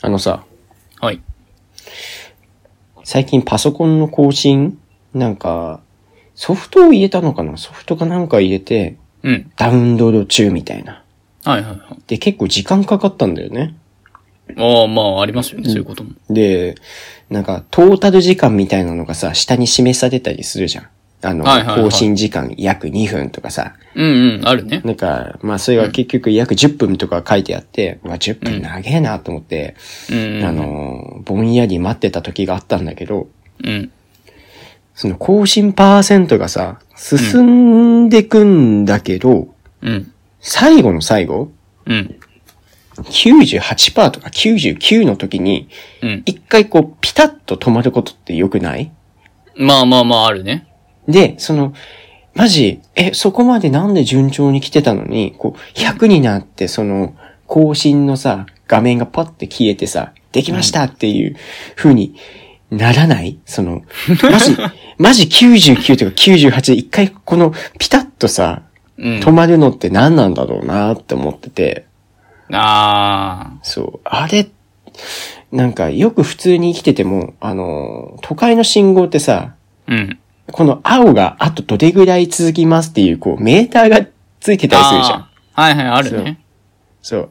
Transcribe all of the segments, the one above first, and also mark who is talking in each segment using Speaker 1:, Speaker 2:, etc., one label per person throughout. Speaker 1: あのさ、
Speaker 2: はい。
Speaker 1: 最近パソコンの更新なんか、ソフトを入れたのかなソフトかなんか入れて、
Speaker 2: うん。
Speaker 1: ダウンロード中みたいな。
Speaker 2: はいはいはい。
Speaker 1: で、結構時間かかったんだよね。
Speaker 2: ああ、まあ、ありますよね、そういうことも。
Speaker 1: で、なんか、トータル時間みたいなのがさ、下に示されたりするじゃん。あの、
Speaker 2: はいはいはい
Speaker 1: 更新時間約2分とかさ。
Speaker 2: うんうん、あるね。
Speaker 1: なんか、まあ、それが結局約10分とか書いてあって、まあ、10分長えなと思って、
Speaker 2: うん。
Speaker 1: あ、の、ぼんやり待ってた時があったんだけど、
Speaker 2: うん。
Speaker 1: その更新パーセントがさ、進んでくんだけど、
Speaker 2: うん。
Speaker 1: 最後の最後、
Speaker 2: うん。
Speaker 1: 98%とか99の時に、
Speaker 2: うん。
Speaker 1: 一回こう、ピタッと止まることって良くない
Speaker 2: まあまあまあ、あるね。
Speaker 1: で、その、マジ、え、そこまでなんで順調に来てたのに、こう、100になって、その、更新のさ、画面がパッて消えてさ、できましたっていう風にならないその、マ ジ、マジ99とか98で一回この、ピタッとさ、
Speaker 2: うん。
Speaker 1: 止まるのって何なんだろうなって思ってて、
Speaker 2: ああ。
Speaker 1: そう、あれ、なんかよく普通に生きてても、あの、都会の信号ってさ、
Speaker 2: うん。
Speaker 1: この青があとどれぐらい続きますっていう、こう、メーターがついてたりするじゃん。
Speaker 2: あーはいはい、あるね。
Speaker 1: そう。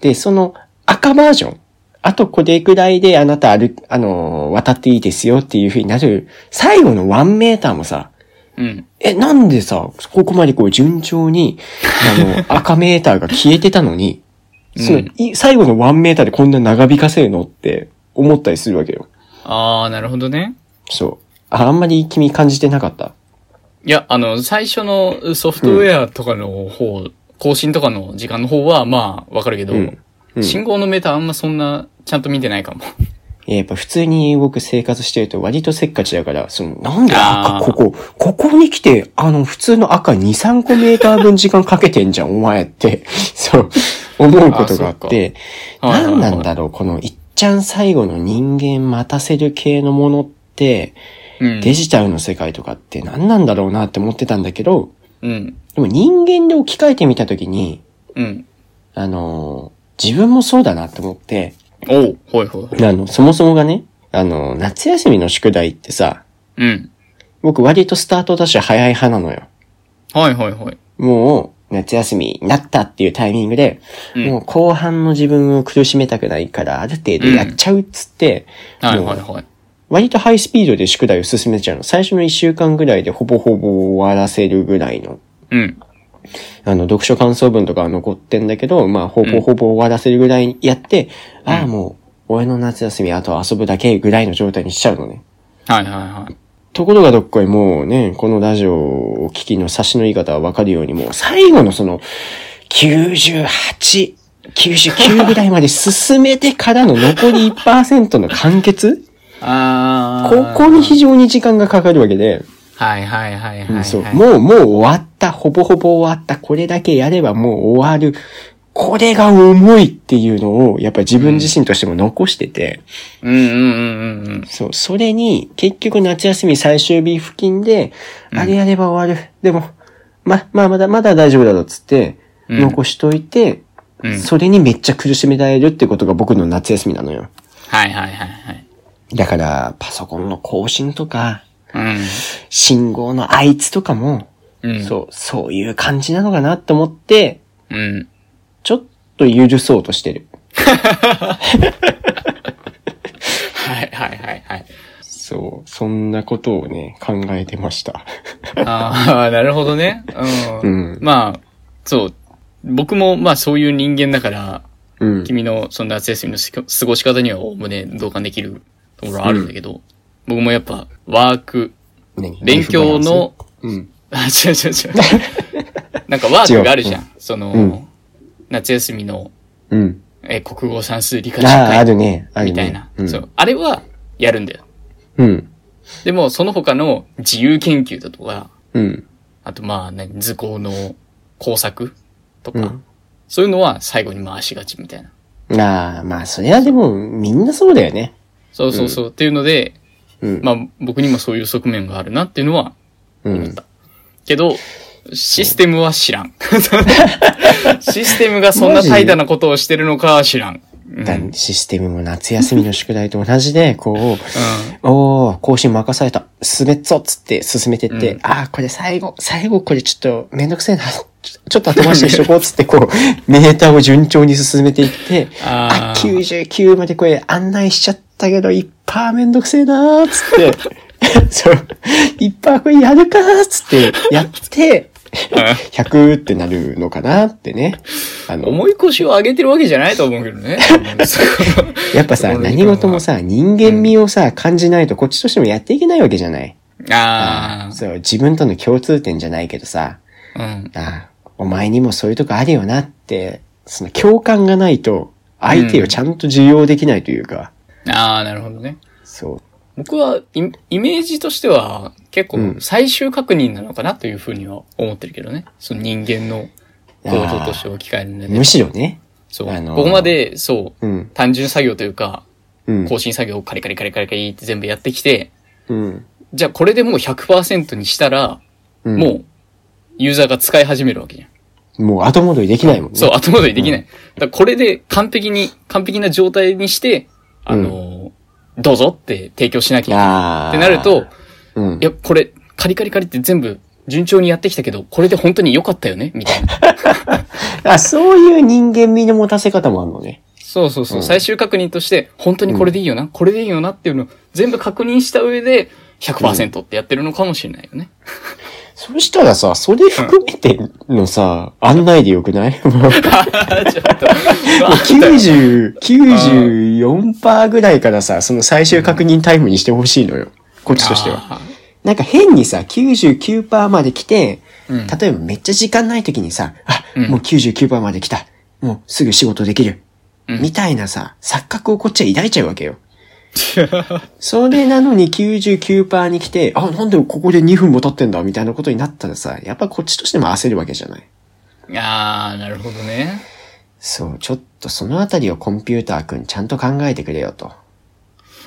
Speaker 1: で、その赤バージョン。あとこれぐらいであなた歩く、あのー、渡っていいですよっていう風になる、最後の1メーターもさ、
Speaker 2: うん。
Speaker 1: え、なんでさ、ここまでこう順調に、あの、赤メーターが消えてたのに、その、い最後の1メーターでこんな長引かせるのって思ったりするわけよ。
Speaker 2: ああ、なるほどね。
Speaker 1: そう。ああんまり君感じてなかった
Speaker 2: いや、あの、最初のソフトウェアとかの方、更新とかの時間の方は、まあ、わかるけど、
Speaker 1: うんうん
Speaker 2: 信号のメーターあんまそんな、ちゃんと見てないかも。
Speaker 1: やっぱ普通に動く生活してると割とせっかちだから、その、なんで赤
Speaker 2: あー
Speaker 1: ここ、ここに来て、あの、普通の赤2、3個メーター分時間かけてんじゃん、お前って、 そう、思うことがあって、
Speaker 2: あーそうかはいはい
Speaker 1: 何
Speaker 2: はい
Speaker 1: なんだろう、この、いっちゃん最後の人間待たせる系のものって、
Speaker 2: うん。
Speaker 1: デジタルの世界とかって何なんだろうなって思ってたんだけど、
Speaker 2: うん。
Speaker 1: でも人間で置き換えてみたときに、
Speaker 2: うん。
Speaker 1: あのー、自分もそうだなって思って、
Speaker 2: おう、ほいほいほい。
Speaker 1: あの、そもそもがね、あの、夏休みの宿題ってさ、
Speaker 2: うん。
Speaker 1: 僕割とスタートダッシュ早い派なのよ。
Speaker 2: はいはいはい。
Speaker 1: もう、夏休みになったっていうタイミングで、
Speaker 2: うん
Speaker 1: もう後半の自分を苦しめたくないから、ある程度やっちゃうっつって、
Speaker 2: はい
Speaker 1: もう
Speaker 2: はいはい。
Speaker 1: 割とハイスピードで宿題を進めちゃうの。最初の一週間ぐらいでほぼほぼ終わらせるぐらいの。
Speaker 2: うん。
Speaker 1: あの、読書感想文とかは残ってんだけど、まあ、ほぼほぼ終わらせるぐらいやって、ああ、もう、俺の夏休みあとは遊ぶだけぐらいの状態にしちゃうのね。
Speaker 2: はいはいはい。
Speaker 1: ところがどっこいもうね、このラジオをお聞きの差しの言い方はわかるように、もう最後のその、98、99ぐらいまで進めてからの残り1%の完結
Speaker 2: あ
Speaker 1: ここに非常に時間がかかるわけで、
Speaker 2: はいはいはいはい、はい
Speaker 1: そう、もうもう終わった、ほぼほぼ終わった、これだけやればもう終わる、これが重いっていうのを、やっぱり自分自身としても残してて、
Speaker 2: うんうんうんうん
Speaker 1: そう、それに、結局夏休み最終日付近で、あれやれば終わる。でも、ま、まあまだ、まだ大丈夫だろうっつって、
Speaker 2: うん
Speaker 1: 残しといて、
Speaker 2: うん。うん。
Speaker 1: それにめっちゃ苦しめられるってことが僕の夏休みなのよ。
Speaker 2: はいはいはいはい。
Speaker 1: だから、パソコンの更新とか、
Speaker 2: う
Speaker 1: 信号のあいつとかも、
Speaker 2: ん。うん。
Speaker 1: そう、そういう感じなのかなって思って、
Speaker 2: う。うん。
Speaker 1: ちょっと許そうとしてる。
Speaker 2: はいはいはいはい。
Speaker 1: そう、そんなことをね、考えてました。
Speaker 2: ああ、 なるほどね。 うん。
Speaker 1: うん
Speaker 2: まあ、そう。僕もまあそういう人間だから、
Speaker 1: うん。
Speaker 2: 君のその夏休みのしか過ごし方にはおおむね同感できるところはあるんだけど、僕もやっぱワーク、
Speaker 1: 何
Speaker 2: 勉強の、
Speaker 1: うん。
Speaker 2: あ、違う違う違う。 なんかワークがあるじゃん。その、
Speaker 1: うん
Speaker 2: 夏休みの、
Speaker 1: うん。
Speaker 2: えー国語算数理科社
Speaker 1: ああ、あ
Speaker 2: 会
Speaker 1: るね。あるね。
Speaker 2: みたいな。
Speaker 1: うん、
Speaker 2: そう。あれはやるんだよ。
Speaker 1: うん。
Speaker 2: でも、その他の自由研究だとか、
Speaker 1: うん。
Speaker 2: あとまあ、何図工の工作とか、
Speaker 1: うん
Speaker 2: そういうのは最後に回しがちみたいな。
Speaker 1: ああ、まあ、それはでも、みんなそうだよね。
Speaker 2: そうそうそう。っていうので、
Speaker 1: うん。
Speaker 2: まあ、僕にもそういう側面があるなっていうのは
Speaker 1: う
Speaker 2: 思っ
Speaker 1: ん。
Speaker 2: た。けど、システムは知らん。システムがそんな怠惰なことをしてるのかは知らん。
Speaker 1: だシステムも夏休みの宿題と同じで、こう、
Speaker 2: う
Speaker 1: おー、更新任された。滑っぞっつって進めてって、
Speaker 2: うん
Speaker 1: あー、これ最後、最後これちょっとめんどくせえな。 ちょちょっと後回しにしとこうっつって、こ う、メーターを順調に進めていって、あ
Speaker 2: あー
Speaker 1: 99までこれ案内しちゃったけど、1%めんどくせえなーっつって、 そう、1%これやるかーっつって、やって、100ってなるのかなってね。あ
Speaker 2: ん。
Speaker 1: の、
Speaker 2: 重い腰を上げてるわけじゃないと思うけどね。
Speaker 1: やっぱさ、
Speaker 2: この時間は
Speaker 1: 何事もさ、人間味をさ、感じないと、こっちとしてもやっていけないわけじゃない。
Speaker 2: あ
Speaker 1: そう、自分との共通点じゃないけどさ、
Speaker 2: あ。うん。
Speaker 1: あお前にもそういうとこあるよなって、その共感がないと、相手をちゃんと受容できないというか、
Speaker 2: ああ、なるほどね。
Speaker 1: そう。
Speaker 2: 僕はイ、イメージとしては、結
Speaker 1: うん
Speaker 2: 構最終確認なのかなというふうには思ってるけどね。その人間の行動として置き換えるんで、
Speaker 1: むしろね、
Speaker 2: そう、
Speaker 1: あのー
Speaker 2: ここまで、そうう、
Speaker 1: ん、
Speaker 2: 単純作業というか、
Speaker 1: うん、
Speaker 2: 更新作業をカリカリカリカリカリって全部やってきて、
Speaker 1: うん、
Speaker 2: じゃあこれでもう100%にしたら、
Speaker 1: うん。
Speaker 2: もう、ユーザーが使い始めるわけじゃ
Speaker 1: う、
Speaker 2: ん。
Speaker 1: もう後戻りできないもんね。
Speaker 2: そう、後戻りできない。だからこれで完璧に、完璧な状態にして、あのー、どうぞって提供しなき
Speaker 1: あ
Speaker 2: ゃ
Speaker 1: ー
Speaker 2: ってなると、、
Speaker 1: うん
Speaker 2: い。や、これ、カリカリカリって全部順調にやってきたけど、これで本当に良かったよねみたい な。
Speaker 1: あ、そういう人間味の持たせ方もあるのね。
Speaker 2: そうそうそう。
Speaker 1: うん
Speaker 2: 最終確認として、本当にこれでいいよな、これでいいよなっていうのを全部確認した上で、100%ってやってるのかもしれないよね。
Speaker 1: そしたらさ、それ含めてのさ、案内でよくない もう
Speaker 2: ちょっと。
Speaker 1: 90、94%ぐらいからさ、その最終確認タイムにしてほしいのよ。こっちとしては。
Speaker 2: あ
Speaker 1: なんか変にさ、99%まで来て、
Speaker 2: うん
Speaker 1: 例えばめっちゃ時間ない時にさ、あ、
Speaker 2: うん
Speaker 1: もう99%まで来た。もうすぐ仕事できる。
Speaker 2: うん
Speaker 1: みたいなさ、錯覚をこっちは抱いちゃうわけ よ。それなのに99%に来て、あ、なんでここで2分も経ってんだみたいなことになったらさ、やっぱこっちとしても焦るわけじゃない。
Speaker 2: ーあー、なるほどね。
Speaker 1: そう、ちょっとそのあたりをコンピューターくんちゃんと考えてくれよと。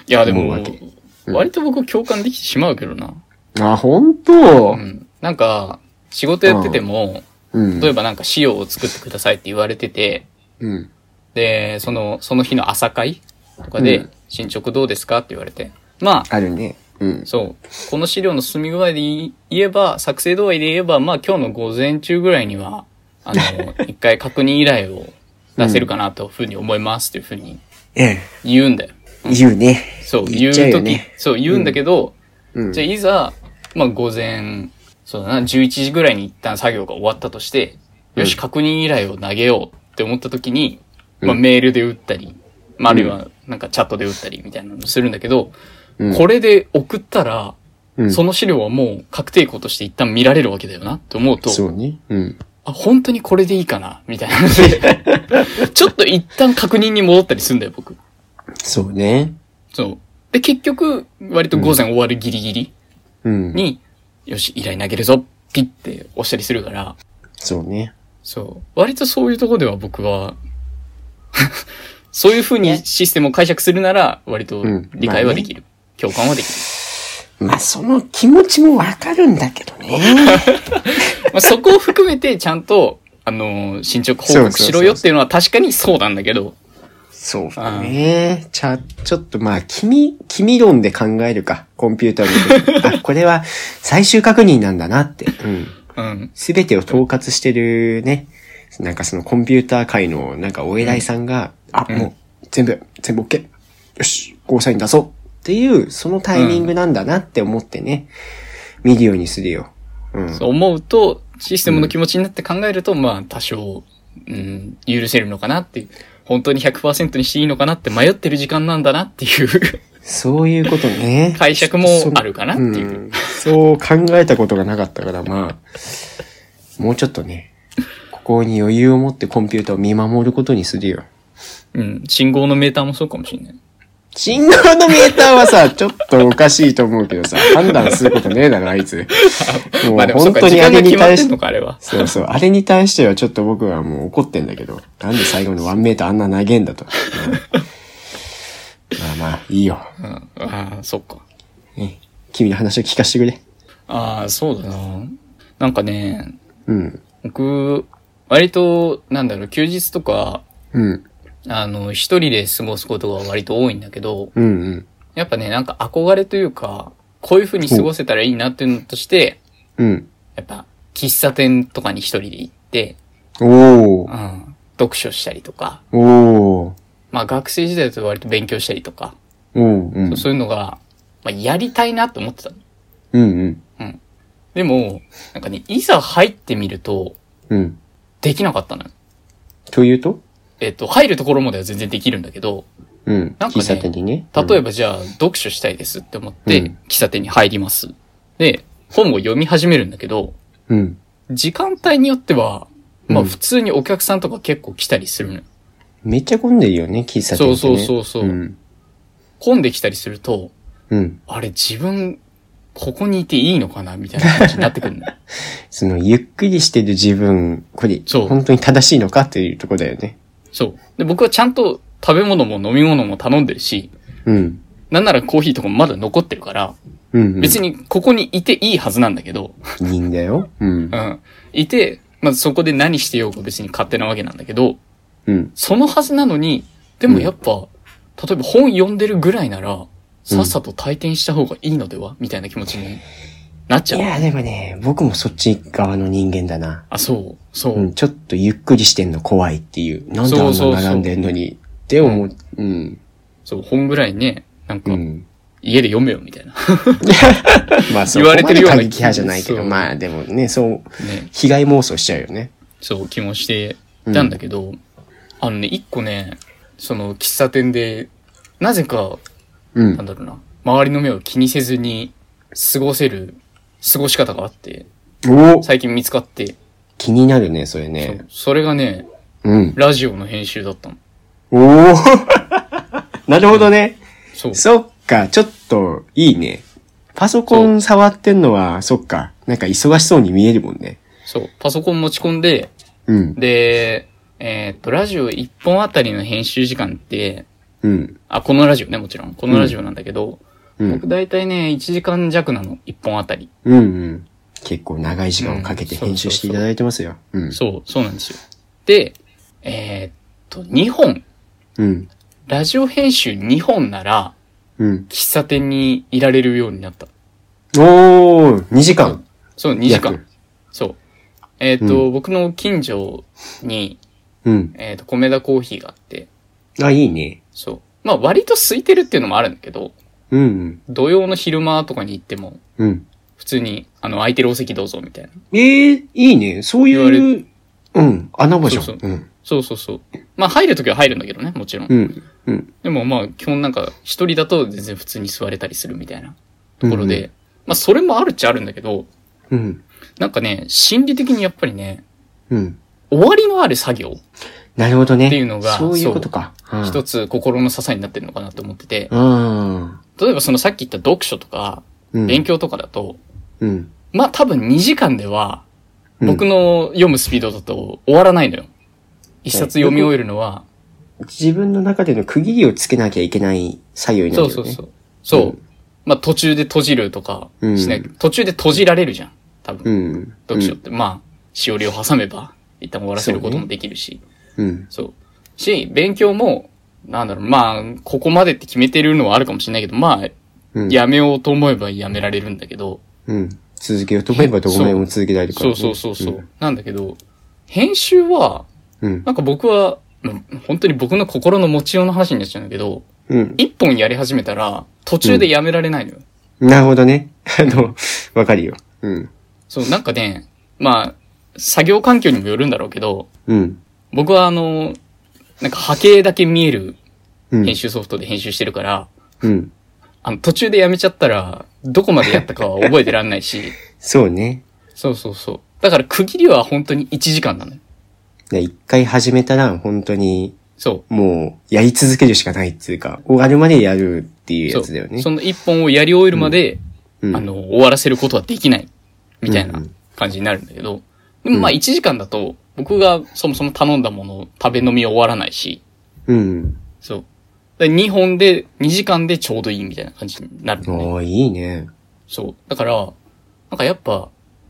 Speaker 2: いや、で
Speaker 1: 思う
Speaker 2: も
Speaker 1: わけ、
Speaker 2: 割と僕共感できてしまうけどな。
Speaker 1: あ、ほんと
Speaker 2: うん。なんか、仕事やってても、
Speaker 1: うん。
Speaker 2: 例えばなんか資料を作ってくださいって言われてて、
Speaker 1: うん。
Speaker 2: で、その、その日の朝会とかで、
Speaker 1: うん
Speaker 2: 進捗どうですかって言われて。まあ、
Speaker 1: あるね。うん。
Speaker 2: そう。この資料の進み具合で言えば、作成度合いで言えば、まあ今日の午前中ぐらいには、あの、一回確認依頼を出せるかなというふうに思いますというふうに
Speaker 1: ええ。
Speaker 2: 言うんだよ。
Speaker 1: 言うね。
Speaker 2: そう、
Speaker 1: 言
Speaker 2: 言
Speaker 1: っ
Speaker 2: う
Speaker 1: ちゃうよ
Speaker 2: とき、
Speaker 1: ね
Speaker 2: そう、言うんだけど、
Speaker 1: うん
Speaker 2: じゃあいざ、まあ午前、そうだな、11時ぐらいに一旦作業が終わったとして、よし、確認依頼を投げようって思った時に、まあメールで打ったり、まああるいはなんかチャットで打ったりみたいなのをするんだけど、
Speaker 1: うん
Speaker 2: これで送ったら、
Speaker 1: うん
Speaker 2: その資料はもう確定項として一旦見られるわけだよなって思うと、
Speaker 1: そうね。うん。
Speaker 2: あ、本当にこれでいいかなみた いな。ちょっと一旦確認に戻ったりするんだよ、僕。
Speaker 1: そうね。
Speaker 2: そう。で、結局、割と午前終わるギリギリ
Speaker 1: うん。
Speaker 2: に、よし、依頼投げるぞ、ピッて押したりするから、
Speaker 1: そうね。
Speaker 2: そう。割とそういうところでは僕は、 そういうふうにシステムを解釈するなら、割と
Speaker 1: うん
Speaker 2: 理解はできる。共感はできる。
Speaker 1: まあ、その気持ちもわかるんだけどね。
Speaker 2: まあ、そこを含めてちゃんと、あのー進捗報告しろよっていうのは確かにそうなんだけど、
Speaker 1: そうだね。ちゃ、ちょっとまあ、君、君論で考えるか。コンピューター の。あ、これは最終確認なんだなって。うん。
Speaker 2: うん。
Speaker 1: すべてを統括してるね。なんかそのコンピューター界のなんかお偉いさんが、あ、
Speaker 2: うん
Speaker 1: もう全部、全部 OK。よし、ゴーサイン出そう。っていう、そのタイミングなんだなって思ってね。見るようにするよ。うん。
Speaker 2: そう思うと、システムの気持ちになって考えると、まあ、多少、うん、許せるのかなっていう。本当に100%にしていいのかなって迷ってる時間なんだなっていう。
Speaker 1: そういうことね
Speaker 2: 。解釈もあるかなっていう
Speaker 1: うんそう考えたことがなかったから、まあ、もうちょっとね、ここに余裕を持ってコンピューターを見守ることにするよ。
Speaker 2: うん、信号のメーターもそうかもしれない。
Speaker 1: 信号のメーターはさ、 ちょっとおかしいと思うけどさ、判断することねえだろ、あい つ。もう
Speaker 2: まあでもそ
Speaker 1: 本
Speaker 2: うか、
Speaker 1: 当
Speaker 2: 時
Speaker 1: にあ
Speaker 2: 間
Speaker 1: れ
Speaker 2: が
Speaker 1: に
Speaker 2: 決まっ
Speaker 1: 対
Speaker 2: てん
Speaker 1: し
Speaker 2: の
Speaker 1: て、
Speaker 2: か、あれは。
Speaker 1: そうそう、あれに対してはちょっと僕はもう怒ってんだけど、なんで最後のワンメーターあんな投げんだと。 うんまあまあ、いいよ。
Speaker 2: うん、ああ、そっか。
Speaker 1: ね君の話を聞かせてくれ。
Speaker 2: ああ、そうだな。なんかね、
Speaker 1: うん。
Speaker 2: 僕、割と、なんだろう、休日とか、
Speaker 1: うん。
Speaker 2: あの、一人で過ごすことが割と多いんだけど、
Speaker 1: うんうん。
Speaker 2: やっぱね、なんか憧れというか、こういう風に過ごせたらいいなっていうのとして、
Speaker 1: うん。
Speaker 2: やっぱ、喫茶店とかに一人で行って、
Speaker 1: お
Speaker 2: う
Speaker 1: ー。
Speaker 2: ん、読書したりとか、
Speaker 1: おー。
Speaker 2: まあ学生時代だと割と勉強したりとか、
Speaker 1: おー。うん。
Speaker 2: そういうのが、まあやりたいなと思ってたの。
Speaker 1: うんうん。
Speaker 2: でも、なんかね、いざ入ってみると、
Speaker 1: うん。
Speaker 2: できなかったのよ。
Speaker 1: というと
Speaker 2: えっと、入るところまでは全然できるんだけど、
Speaker 1: うん。
Speaker 2: なんかね
Speaker 1: 喫茶店にね。
Speaker 2: 例え
Speaker 1: ば。
Speaker 2: ばじゃあ、読書したいですって思って、
Speaker 1: うん
Speaker 2: 喫茶店に入ります。で、本を読み始めるんだけど、
Speaker 1: うん。時
Speaker 2: 時間帯によっては、まあ
Speaker 1: うん
Speaker 2: 普通にお客さんとか結構来たりするのよ。
Speaker 1: めっちゃ混んでるよね、喫茶店ってね。
Speaker 2: そうそうそうそう
Speaker 1: うん。
Speaker 2: 混んできたりすると、
Speaker 1: うん。
Speaker 2: あれ自分、ここにいていいのかなみたいな感じになってくる のよ。
Speaker 1: その、ゆっくりしてる自分、これ、
Speaker 2: そう
Speaker 1: 本当に正しいのかっていうとこだよね。
Speaker 2: そう。で、僕はちゃんと食べ物も飲み物も頼んでるし、
Speaker 1: うん。
Speaker 2: なんならコーヒーとかもまだ残ってるから、
Speaker 1: うん、うん。
Speaker 2: 別にここにいていいはずなんだけど、
Speaker 1: いいんだよ。うん
Speaker 2: う。ん。いて、まあ、そこで何してようか別に勝手なわけなんだけど、
Speaker 1: うん。
Speaker 2: そのはずなのに、でもやっぱ、例えば本読んでるぐらいなら、さっさと退店した方がいいのではみたいな気持ちになっ
Speaker 1: い
Speaker 2: ちゃう。
Speaker 1: や、でもね、僕もそっち側の人間だな。
Speaker 2: あ、そう、そう。
Speaker 1: うん、ちょっとゆっくりしてんの怖いっていう。なんであ
Speaker 2: そうんそう
Speaker 1: な
Speaker 2: そう
Speaker 1: 並んでんのに。って思う。うん。
Speaker 2: そう、本ぐらいね、なんか
Speaker 1: う、ん。
Speaker 2: 家で読めよ、みたいな。
Speaker 1: まあ、そう。
Speaker 2: 言われてるような
Speaker 1: 過激派じゃないけ
Speaker 2: そ
Speaker 1: ど、
Speaker 2: う
Speaker 1: まあ、でもね、そう、
Speaker 2: ね、
Speaker 1: 被害妄想しちゃうよね。
Speaker 2: そう、気もしていたんだけど、あのね、一個ね、その、喫茶店で、なぜか、
Speaker 1: う
Speaker 2: なん
Speaker 1: ん。
Speaker 2: だろうな、周りの目を気にせずに過ごせる過ごし方があって、
Speaker 1: お
Speaker 2: 最近見つかって、
Speaker 1: 気になるね、それ
Speaker 2: そ
Speaker 1: ね
Speaker 2: う。それがね、
Speaker 1: うん。
Speaker 2: ラジオの編集だったの。
Speaker 1: おお なるほどね。
Speaker 2: そう。
Speaker 1: そっか、ちょっと、いいね。パソコン触ってんのは、そっか、なんか忙しそうに見えるもんね。
Speaker 2: そう。パソコン持ち込んで、
Speaker 1: うん。
Speaker 2: で、えーっと、ラジオ1本あたりの編集時間って、
Speaker 1: うん。
Speaker 2: あ、このラジオね、もちろん。このラジオなんだけど、
Speaker 1: うん
Speaker 2: 僕。だいたいね、1時間弱なの。1本あたり。
Speaker 1: うんうん。結構長い時間をかけて編集していただいてますよ。うん。
Speaker 2: そう、そうなんですよ。で、えーっと、2本。
Speaker 1: うん。
Speaker 2: ラジオ編集2本なら、
Speaker 1: うん。
Speaker 2: 喫茶店にいられるようになった。
Speaker 1: おー、2時間。
Speaker 2: そう、2時間
Speaker 1: 約。
Speaker 2: そう。えーっと、僕の近所に、
Speaker 1: うん。
Speaker 2: えーっと、米田コーヒーがあって、
Speaker 1: あ、いいね。
Speaker 2: そう。まあ、割と空いてるっていうのもあるんだけど、
Speaker 1: うんうん。
Speaker 2: 土曜の昼間とかに行っても、
Speaker 1: うん。
Speaker 2: 普通に、あの、空いてるお席どうぞ、みたいな。
Speaker 1: えー、いいね。そう
Speaker 2: 言
Speaker 1: いう、うん。穴場じゃん。
Speaker 2: そう
Speaker 1: うん。
Speaker 2: そうそうそう。まあ、入るときは入るんだけどね、もちろん。
Speaker 1: うん。うん。
Speaker 2: でもまあ、基本なんか、一人だと全然普通に座れたりするみたいなところ
Speaker 1: うんう
Speaker 2: で、まあ、それもあるっちゃあるんだけど、
Speaker 1: うん。
Speaker 2: なんかね、心理的にやっぱりね、
Speaker 1: うん。
Speaker 2: 終わりのある作業、
Speaker 1: なるほどね。
Speaker 2: っていうのが
Speaker 1: そういうことか。
Speaker 2: 一つ心の支えになってるのかなと思ってて、
Speaker 1: うん。
Speaker 2: 例えばそのさっき言った読書とか、
Speaker 1: うん。
Speaker 2: 勉強とかだと、
Speaker 1: うん。
Speaker 2: まあ多分2時間では、
Speaker 1: うん
Speaker 2: 僕の読むスピードだと終わらないのよ。一冊読み終えるのは、
Speaker 1: 自分の中での区切りをつけなきゃいけない作業になる
Speaker 2: そ
Speaker 1: よ
Speaker 2: う
Speaker 1: ね。
Speaker 2: そうそう。そう。まあ途中で閉じるとかしない、
Speaker 1: う
Speaker 2: 途中で閉じられるじゃん。多分、
Speaker 1: うん。
Speaker 2: 読書って。まあ、しおりを挟めば、一旦終わらせること
Speaker 1: そう
Speaker 2: もできるし。
Speaker 1: うん。
Speaker 2: そう,、し、勉強も、なんだろう、まあ、ここまでって決めてるのはあるかもしれないけど、まあ、
Speaker 1: うん。
Speaker 2: やめようと思えばやめられるんだけど、
Speaker 1: うん。続けようと思えばどこまでも続けられるから
Speaker 2: そ
Speaker 1: ね、
Speaker 2: うそうそうそう、なんだけど、編集は、
Speaker 1: うん。
Speaker 2: なんか僕は、まあ本当に僕の心の持ちようの話になっちゃうんだけど、
Speaker 1: うん。
Speaker 2: 一本やり始めたら、途中でやめられないのよ。
Speaker 1: なるほどね。 あの、わかるよ。うん。
Speaker 2: そう、なんかね、まあ、作業環境にもよるんだろうけど、
Speaker 1: うん。
Speaker 2: 僕はあの、なんか波形だけ見える
Speaker 1: うん。
Speaker 2: 編集ソフトで編集してるから、
Speaker 1: うん。
Speaker 2: あの、途中でやめちゃったら、どこまでやったかは覚えてらんないし、
Speaker 1: そうね。
Speaker 2: そうそうそう。だから区切りは本当に1時間なのよ。
Speaker 1: で一回始めたら、本当に、
Speaker 2: そ
Speaker 1: もう、やり続けるしかないっていうか、終わるまでやるっていう
Speaker 2: う。
Speaker 1: や
Speaker 2: そう
Speaker 1: つだよね。
Speaker 2: その1本をやり終えるまで、
Speaker 1: うん
Speaker 2: あの、終わらせることはできない、みたい
Speaker 1: うん
Speaker 2: な
Speaker 1: うん
Speaker 2: 感じになるんだけど、でもまあ1時間だと、僕がそもそも頼んだもの、食べ飲み終わらないし、
Speaker 1: うん。
Speaker 2: そう。で、2本で、2時間でちょうどいいみたいな感じになるのね。
Speaker 1: おー、いいね。
Speaker 2: そう。だから、なんかやっぱ、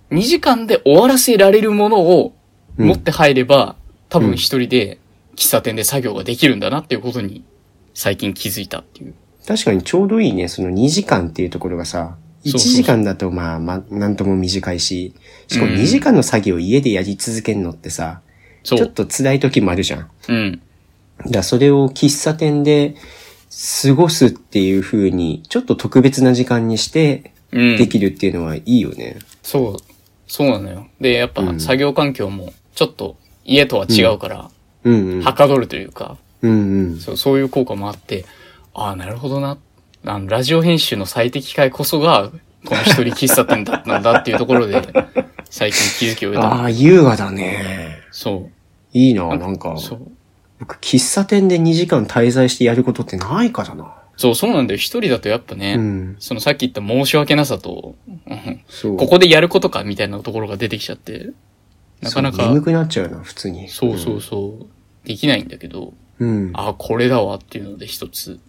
Speaker 2: 2時間で終わらせられるものを
Speaker 1: うん
Speaker 2: 持って入れば、多分一人で喫茶店で作業ができるんだなっていうことに最近気づいたっていう。
Speaker 1: 確かにちょうどいいね、その2時間っていうところがさ、1
Speaker 2: そうそうそ
Speaker 1: 時
Speaker 2: う
Speaker 1: 間だとまあ、ま、なんとも短いし、しかも
Speaker 2: うん
Speaker 1: 2時間の作業を家でやり続けるのってさ、
Speaker 2: そ
Speaker 1: ちょっ
Speaker 2: う。
Speaker 1: と辛い時もあるじゃん。
Speaker 2: うん。
Speaker 1: だからそれを喫茶店で過ごすっていう風に、ちょっと特別な時間にして
Speaker 2: うん。
Speaker 1: できるっていうのはいいよね。
Speaker 2: そう。そうなのよ。で、やっ
Speaker 1: う
Speaker 2: ぱ
Speaker 1: ん
Speaker 2: 作業環境もちょっと家とは違うから、
Speaker 1: うんうん。
Speaker 2: はかどるというか、
Speaker 1: うんうん。
Speaker 2: そうそういう効果もあって、ああ、なるほどな。あの、ラジオ編集の最適解こそが、この一人喫茶店だったんだっていうとこ ろで、最近気づきを得た。
Speaker 1: ああ、優雅だね。
Speaker 2: そ
Speaker 1: いいな、なんか
Speaker 2: う。。そう。
Speaker 1: 僕、喫茶店で2時間滞在してやることってないからな。
Speaker 2: そう、そうなんだよ。一人だとやっぱね、
Speaker 1: うん。
Speaker 2: そのさっき言った申し訳なさと、うん
Speaker 1: そう。
Speaker 2: ここでやることかみたいなところが出てきちゃって、なかな
Speaker 1: そう
Speaker 2: か、
Speaker 1: 眠くなっちゃうな、普通に。
Speaker 2: そうそうそう、できないんだけど、
Speaker 1: うん。
Speaker 2: あ、これだわっていうので一つ、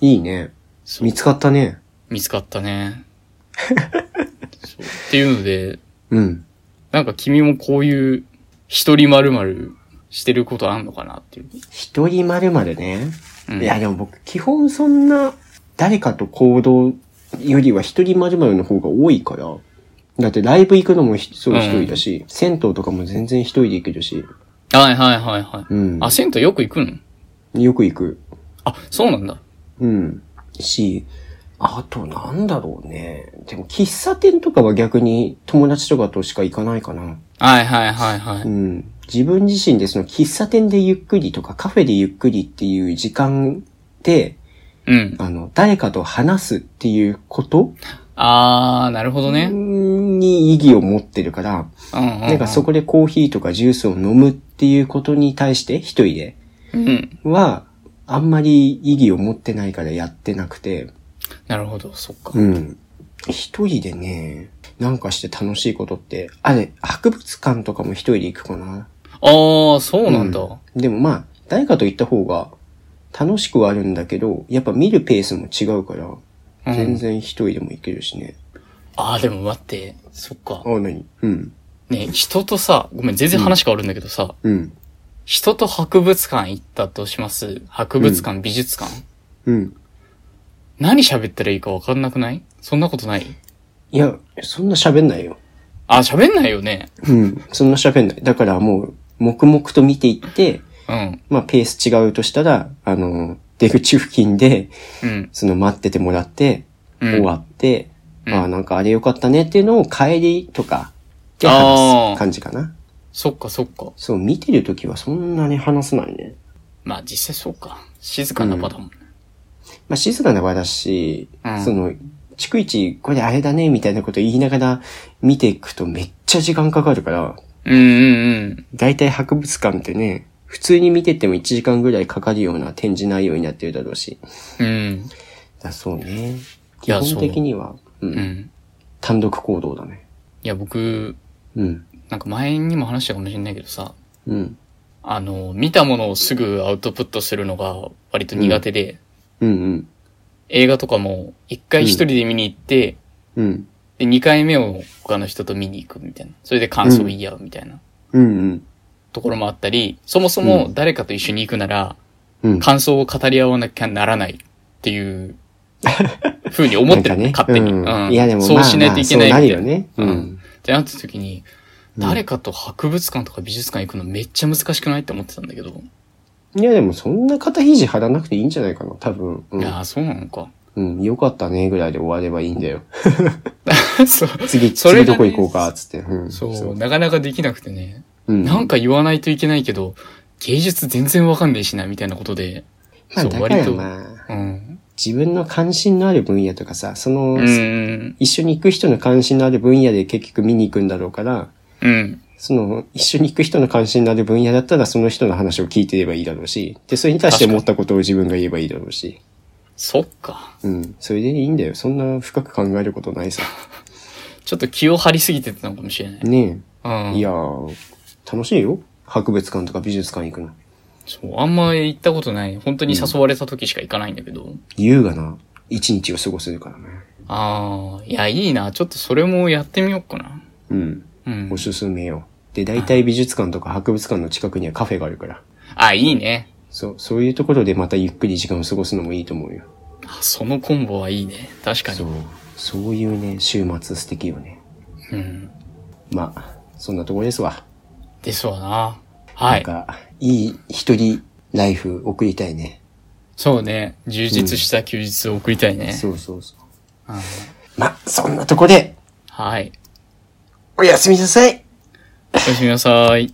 Speaker 1: いいね。
Speaker 2: そう
Speaker 1: 見つかったね。
Speaker 2: 見つかったね。そうっていうので、
Speaker 1: うん。
Speaker 2: なんか君もこういう一人まるまるしてることあんのかなっていう。
Speaker 1: 一人まるまるね。
Speaker 2: うん
Speaker 1: いや、でも僕、基本そんな、誰かと行動よりは一人まるまるの方が多いから。だってライブ行くのもひそう
Speaker 2: うん
Speaker 1: 一人だし、銭湯とかも全然一人で行けるし。
Speaker 2: はいはいはいは
Speaker 1: う
Speaker 2: い。
Speaker 1: ん。
Speaker 2: あ、銭湯よく行くの
Speaker 1: よく行く。
Speaker 2: あ、そうなんだ。
Speaker 1: うん。し、あとなんだろうね。でも喫茶店とかは逆に友達とかとしか行かないかな。
Speaker 2: はいはいはいは
Speaker 1: う
Speaker 2: い。
Speaker 1: ん。自分自身でその喫茶店でゆっくりとかカフェでゆっくりっていう時間で、
Speaker 2: うん。
Speaker 1: あの、誰かと話すっていうこと
Speaker 2: あー、なるほどね。
Speaker 1: に意義を持ってるから、
Speaker 2: うんうん、うん。
Speaker 1: なんかそこでコーヒーとかジュースを飲むっていうことに対して一人で
Speaker 2: うん。
Speaker 1: は、あんまり意義を持ってないからやってなくて、
Speaker 2: なるほど、そっか。
Speaker 1: うん。一人でね、なんかして楽しいことって、あれ、博物館とかも一人で行くかな。
Speaker 2: あー、そうなんだ。
Speaker 1: でもまあ、誰かと行った方が楽しくはあるんだけど、やっぱ見るペースも違うから、
Speaker 2: うん
Speaker 1: 全然一人でも行けるしね。
Speaker 2: あー、でも待って、そっか。
Speaker 1: あ、なにうん。
Speaker 2: ね、人とさ、ごめん、全然話変わるんだけどさ、
Speaker 1: うん。
Speaker 2: 人と博物館行ったとします。博物館、美術館。
Speaker 1: うん。
Speaker 2: 何喋ったらいいか分かんなくないそんなことない
Speaker 1: いや、そんな喋んないよ。
Speaker 2: あ、喋んないよね。
Speaker 1: うん。そんな喋んない。だからもう、黙々と見ていって、
Speaker 2: うん。
Speaker 1: まあ、ペース違うとしたら、あの、出口付近で、
Speaker 2: うん。
Speaker 1: その待っててもらって、
Speaker 2: うん
Speaker 1: 終わって、
Speaker 2: うん
Speaker 1: ああ、なんかあれよかったねっていうのを帰りとかで
Speaker 2: あ
Speaker 1: 話
Speaker 2: ー
Speaker 1: す感じかな。
Speaker 2: そっかそっか。
Speaker 1: そう、見てるときはそんなに話さないね。
Speaker 2: まあ実際そうか。静かな場だもんね。
Speaker 1: まあ、静かな場だし、
Speaker 2: うん
Speaker 1: その、逐一、これあれだね、みたいなこと言いながら見ていくとめっちゃ時間かかるから、
Speaker 2: うんうん
Speaker 1: 大体博物館ってね、普通に見てても1時間ぐらいかかるような展示内容になってるだろうし。
Speaker 2: うん。うん。
Speaker 1: だそうね。
Speaker 2: い
Speaker 1: 基
Speaker 2: や
Speaker 1: 本的には、うん
Speaker 2: うん。
Speaker 1: 単独行動だね。
Speaker 2: いや僕、
Speaker 1: うん。
Speaker 2: なんか前にも話したかもしれないけどさ、
Speaker 1: うん。
Speaker 2: あの、見たものをすぐアウトプットするのが割と苦手で、
Speaker 1: うんうん。
Speaker 2: 映画とかも一回一人で見に行って、
Speaker 1: うん。
Speaker 2: で、二回目を他の人と見に行くみたいな。それで感想を言い合うみたいな
Speaker 1: うんうん。
Speaker 2: ところもあったり、そもそも誰かと一緒に行くなら、
Speaker 1: うん。
Speaker 2: 感想を語り合わなきゃならないって いう、ふうに思ってるね、
Speaker 1: なんか
Speaker 2: 勝手に。
Speaker 1: うん
Speaker 2: うん
Speaker 1: いやでも、
Speaker 2: そうしないといけない
Speaker 1: まあまあそうなる
Speaker 2: みた
Speaker 1: よ
Speaker 2: いな。
Speaker 1: ね。うん。
Speaker 2: ってなった時に、誰かと博物館とか美術館行くのめっちゃ難しくないって思ってたんだけど。
Speaker 1: いやでも、そんな肩肘張らなくていいんじゃないかな、多分。う
Speaker 2: い
Speaker 1: ん。
Speaker 2: やー、そうなのか。
Speaker 1: うん。よかったね、ぐらいで終わればいいんだよ。
Speaker 2: そう。
Speaker 1: 次、
Speaker 2: それ
Speaker 1: 次
Speaker 2: が
Speaker 1: ど
Speaker 2: ね
Speaker 1: こ行こうか、つって。うん。
Speaker 2: そう、。なかなかできなくてね。
Speaker 1: うん。
Speaker 2: なんか言わないといけないけど、芸術全然わかんねえしな、みたいなことで。
Speaker 1: まあ、
Speaker 2: そう、
Speaker 1: だか
Speaker 2: 割
Speaker 1: ら
Speaker 2: と。
Speaker 1: まあ、
Speaker 2: うん。
Speaker 1: 自分の関心のある分野とかさ、その、
Speaker 2: うん。
Speaker 1: 一緒に行く人の関心のある分野で結局見に行くんだろうから、
Speaker 2: うん。
Speaker 1: その、一緒に行く人の関心のある分野だったら、その人の話を聞いてればいいだろうし、で、それに対して思ったことを自分が言えばいいだろうし、
Speaker 2: そっか。
Speaker 1: うん。それでいいんだよ。そんな深く考えることないさ。
Speaker 2: ちょっと気を張りすぎてたのかもしれない。
Speaker 1: ね
Speaker 2: うん。
Speaker 1: え。いやー、楽しいよ。博物館とか美術館行くの。
Speaker 2: そう、あんま行ったことない。本当に誘われた時しか行かないんだけど。
Speaker 1: 優雅な一日を過ごせるからね。
Speaker 2: ああ、いや、いいな。ちょっとそれもやってみようかな。
Speaker 1: うん。
Speaker 2: うん
Speaker 1: お。すすめよ。で、大体美術館とか博物館の近くにはカフェがあるから。
Speaker 2: あ、いいね。
Speaker 1: そう、そういうところでまたゆっくり時間を過ごすのもいいと思うよ。
Speaker 2: あそのコンボはいいね。確か
Speaker 1: そ
Speaker 2: に
Speaker 1: う。。そういうね、週末素敵よね。
Speaker 2: うん。
Speaker 1: まあ、そんなところですわ。
Speaker 2: ですわな。は
Speaker 1: な。ん
Speaker 2: い
Speaker 1: か、いい一人ライフ送りたいね。
Speaker 2: そうね。充実した休日を送りたいね。
Speaker 1: そうそうそう。
Speaker 2: うん
Speaker 1: まあ、そんなとこで、
Speaker 2: はい。
Speaker 1: おやすみなさい
Speaker 2: おやすみなさい。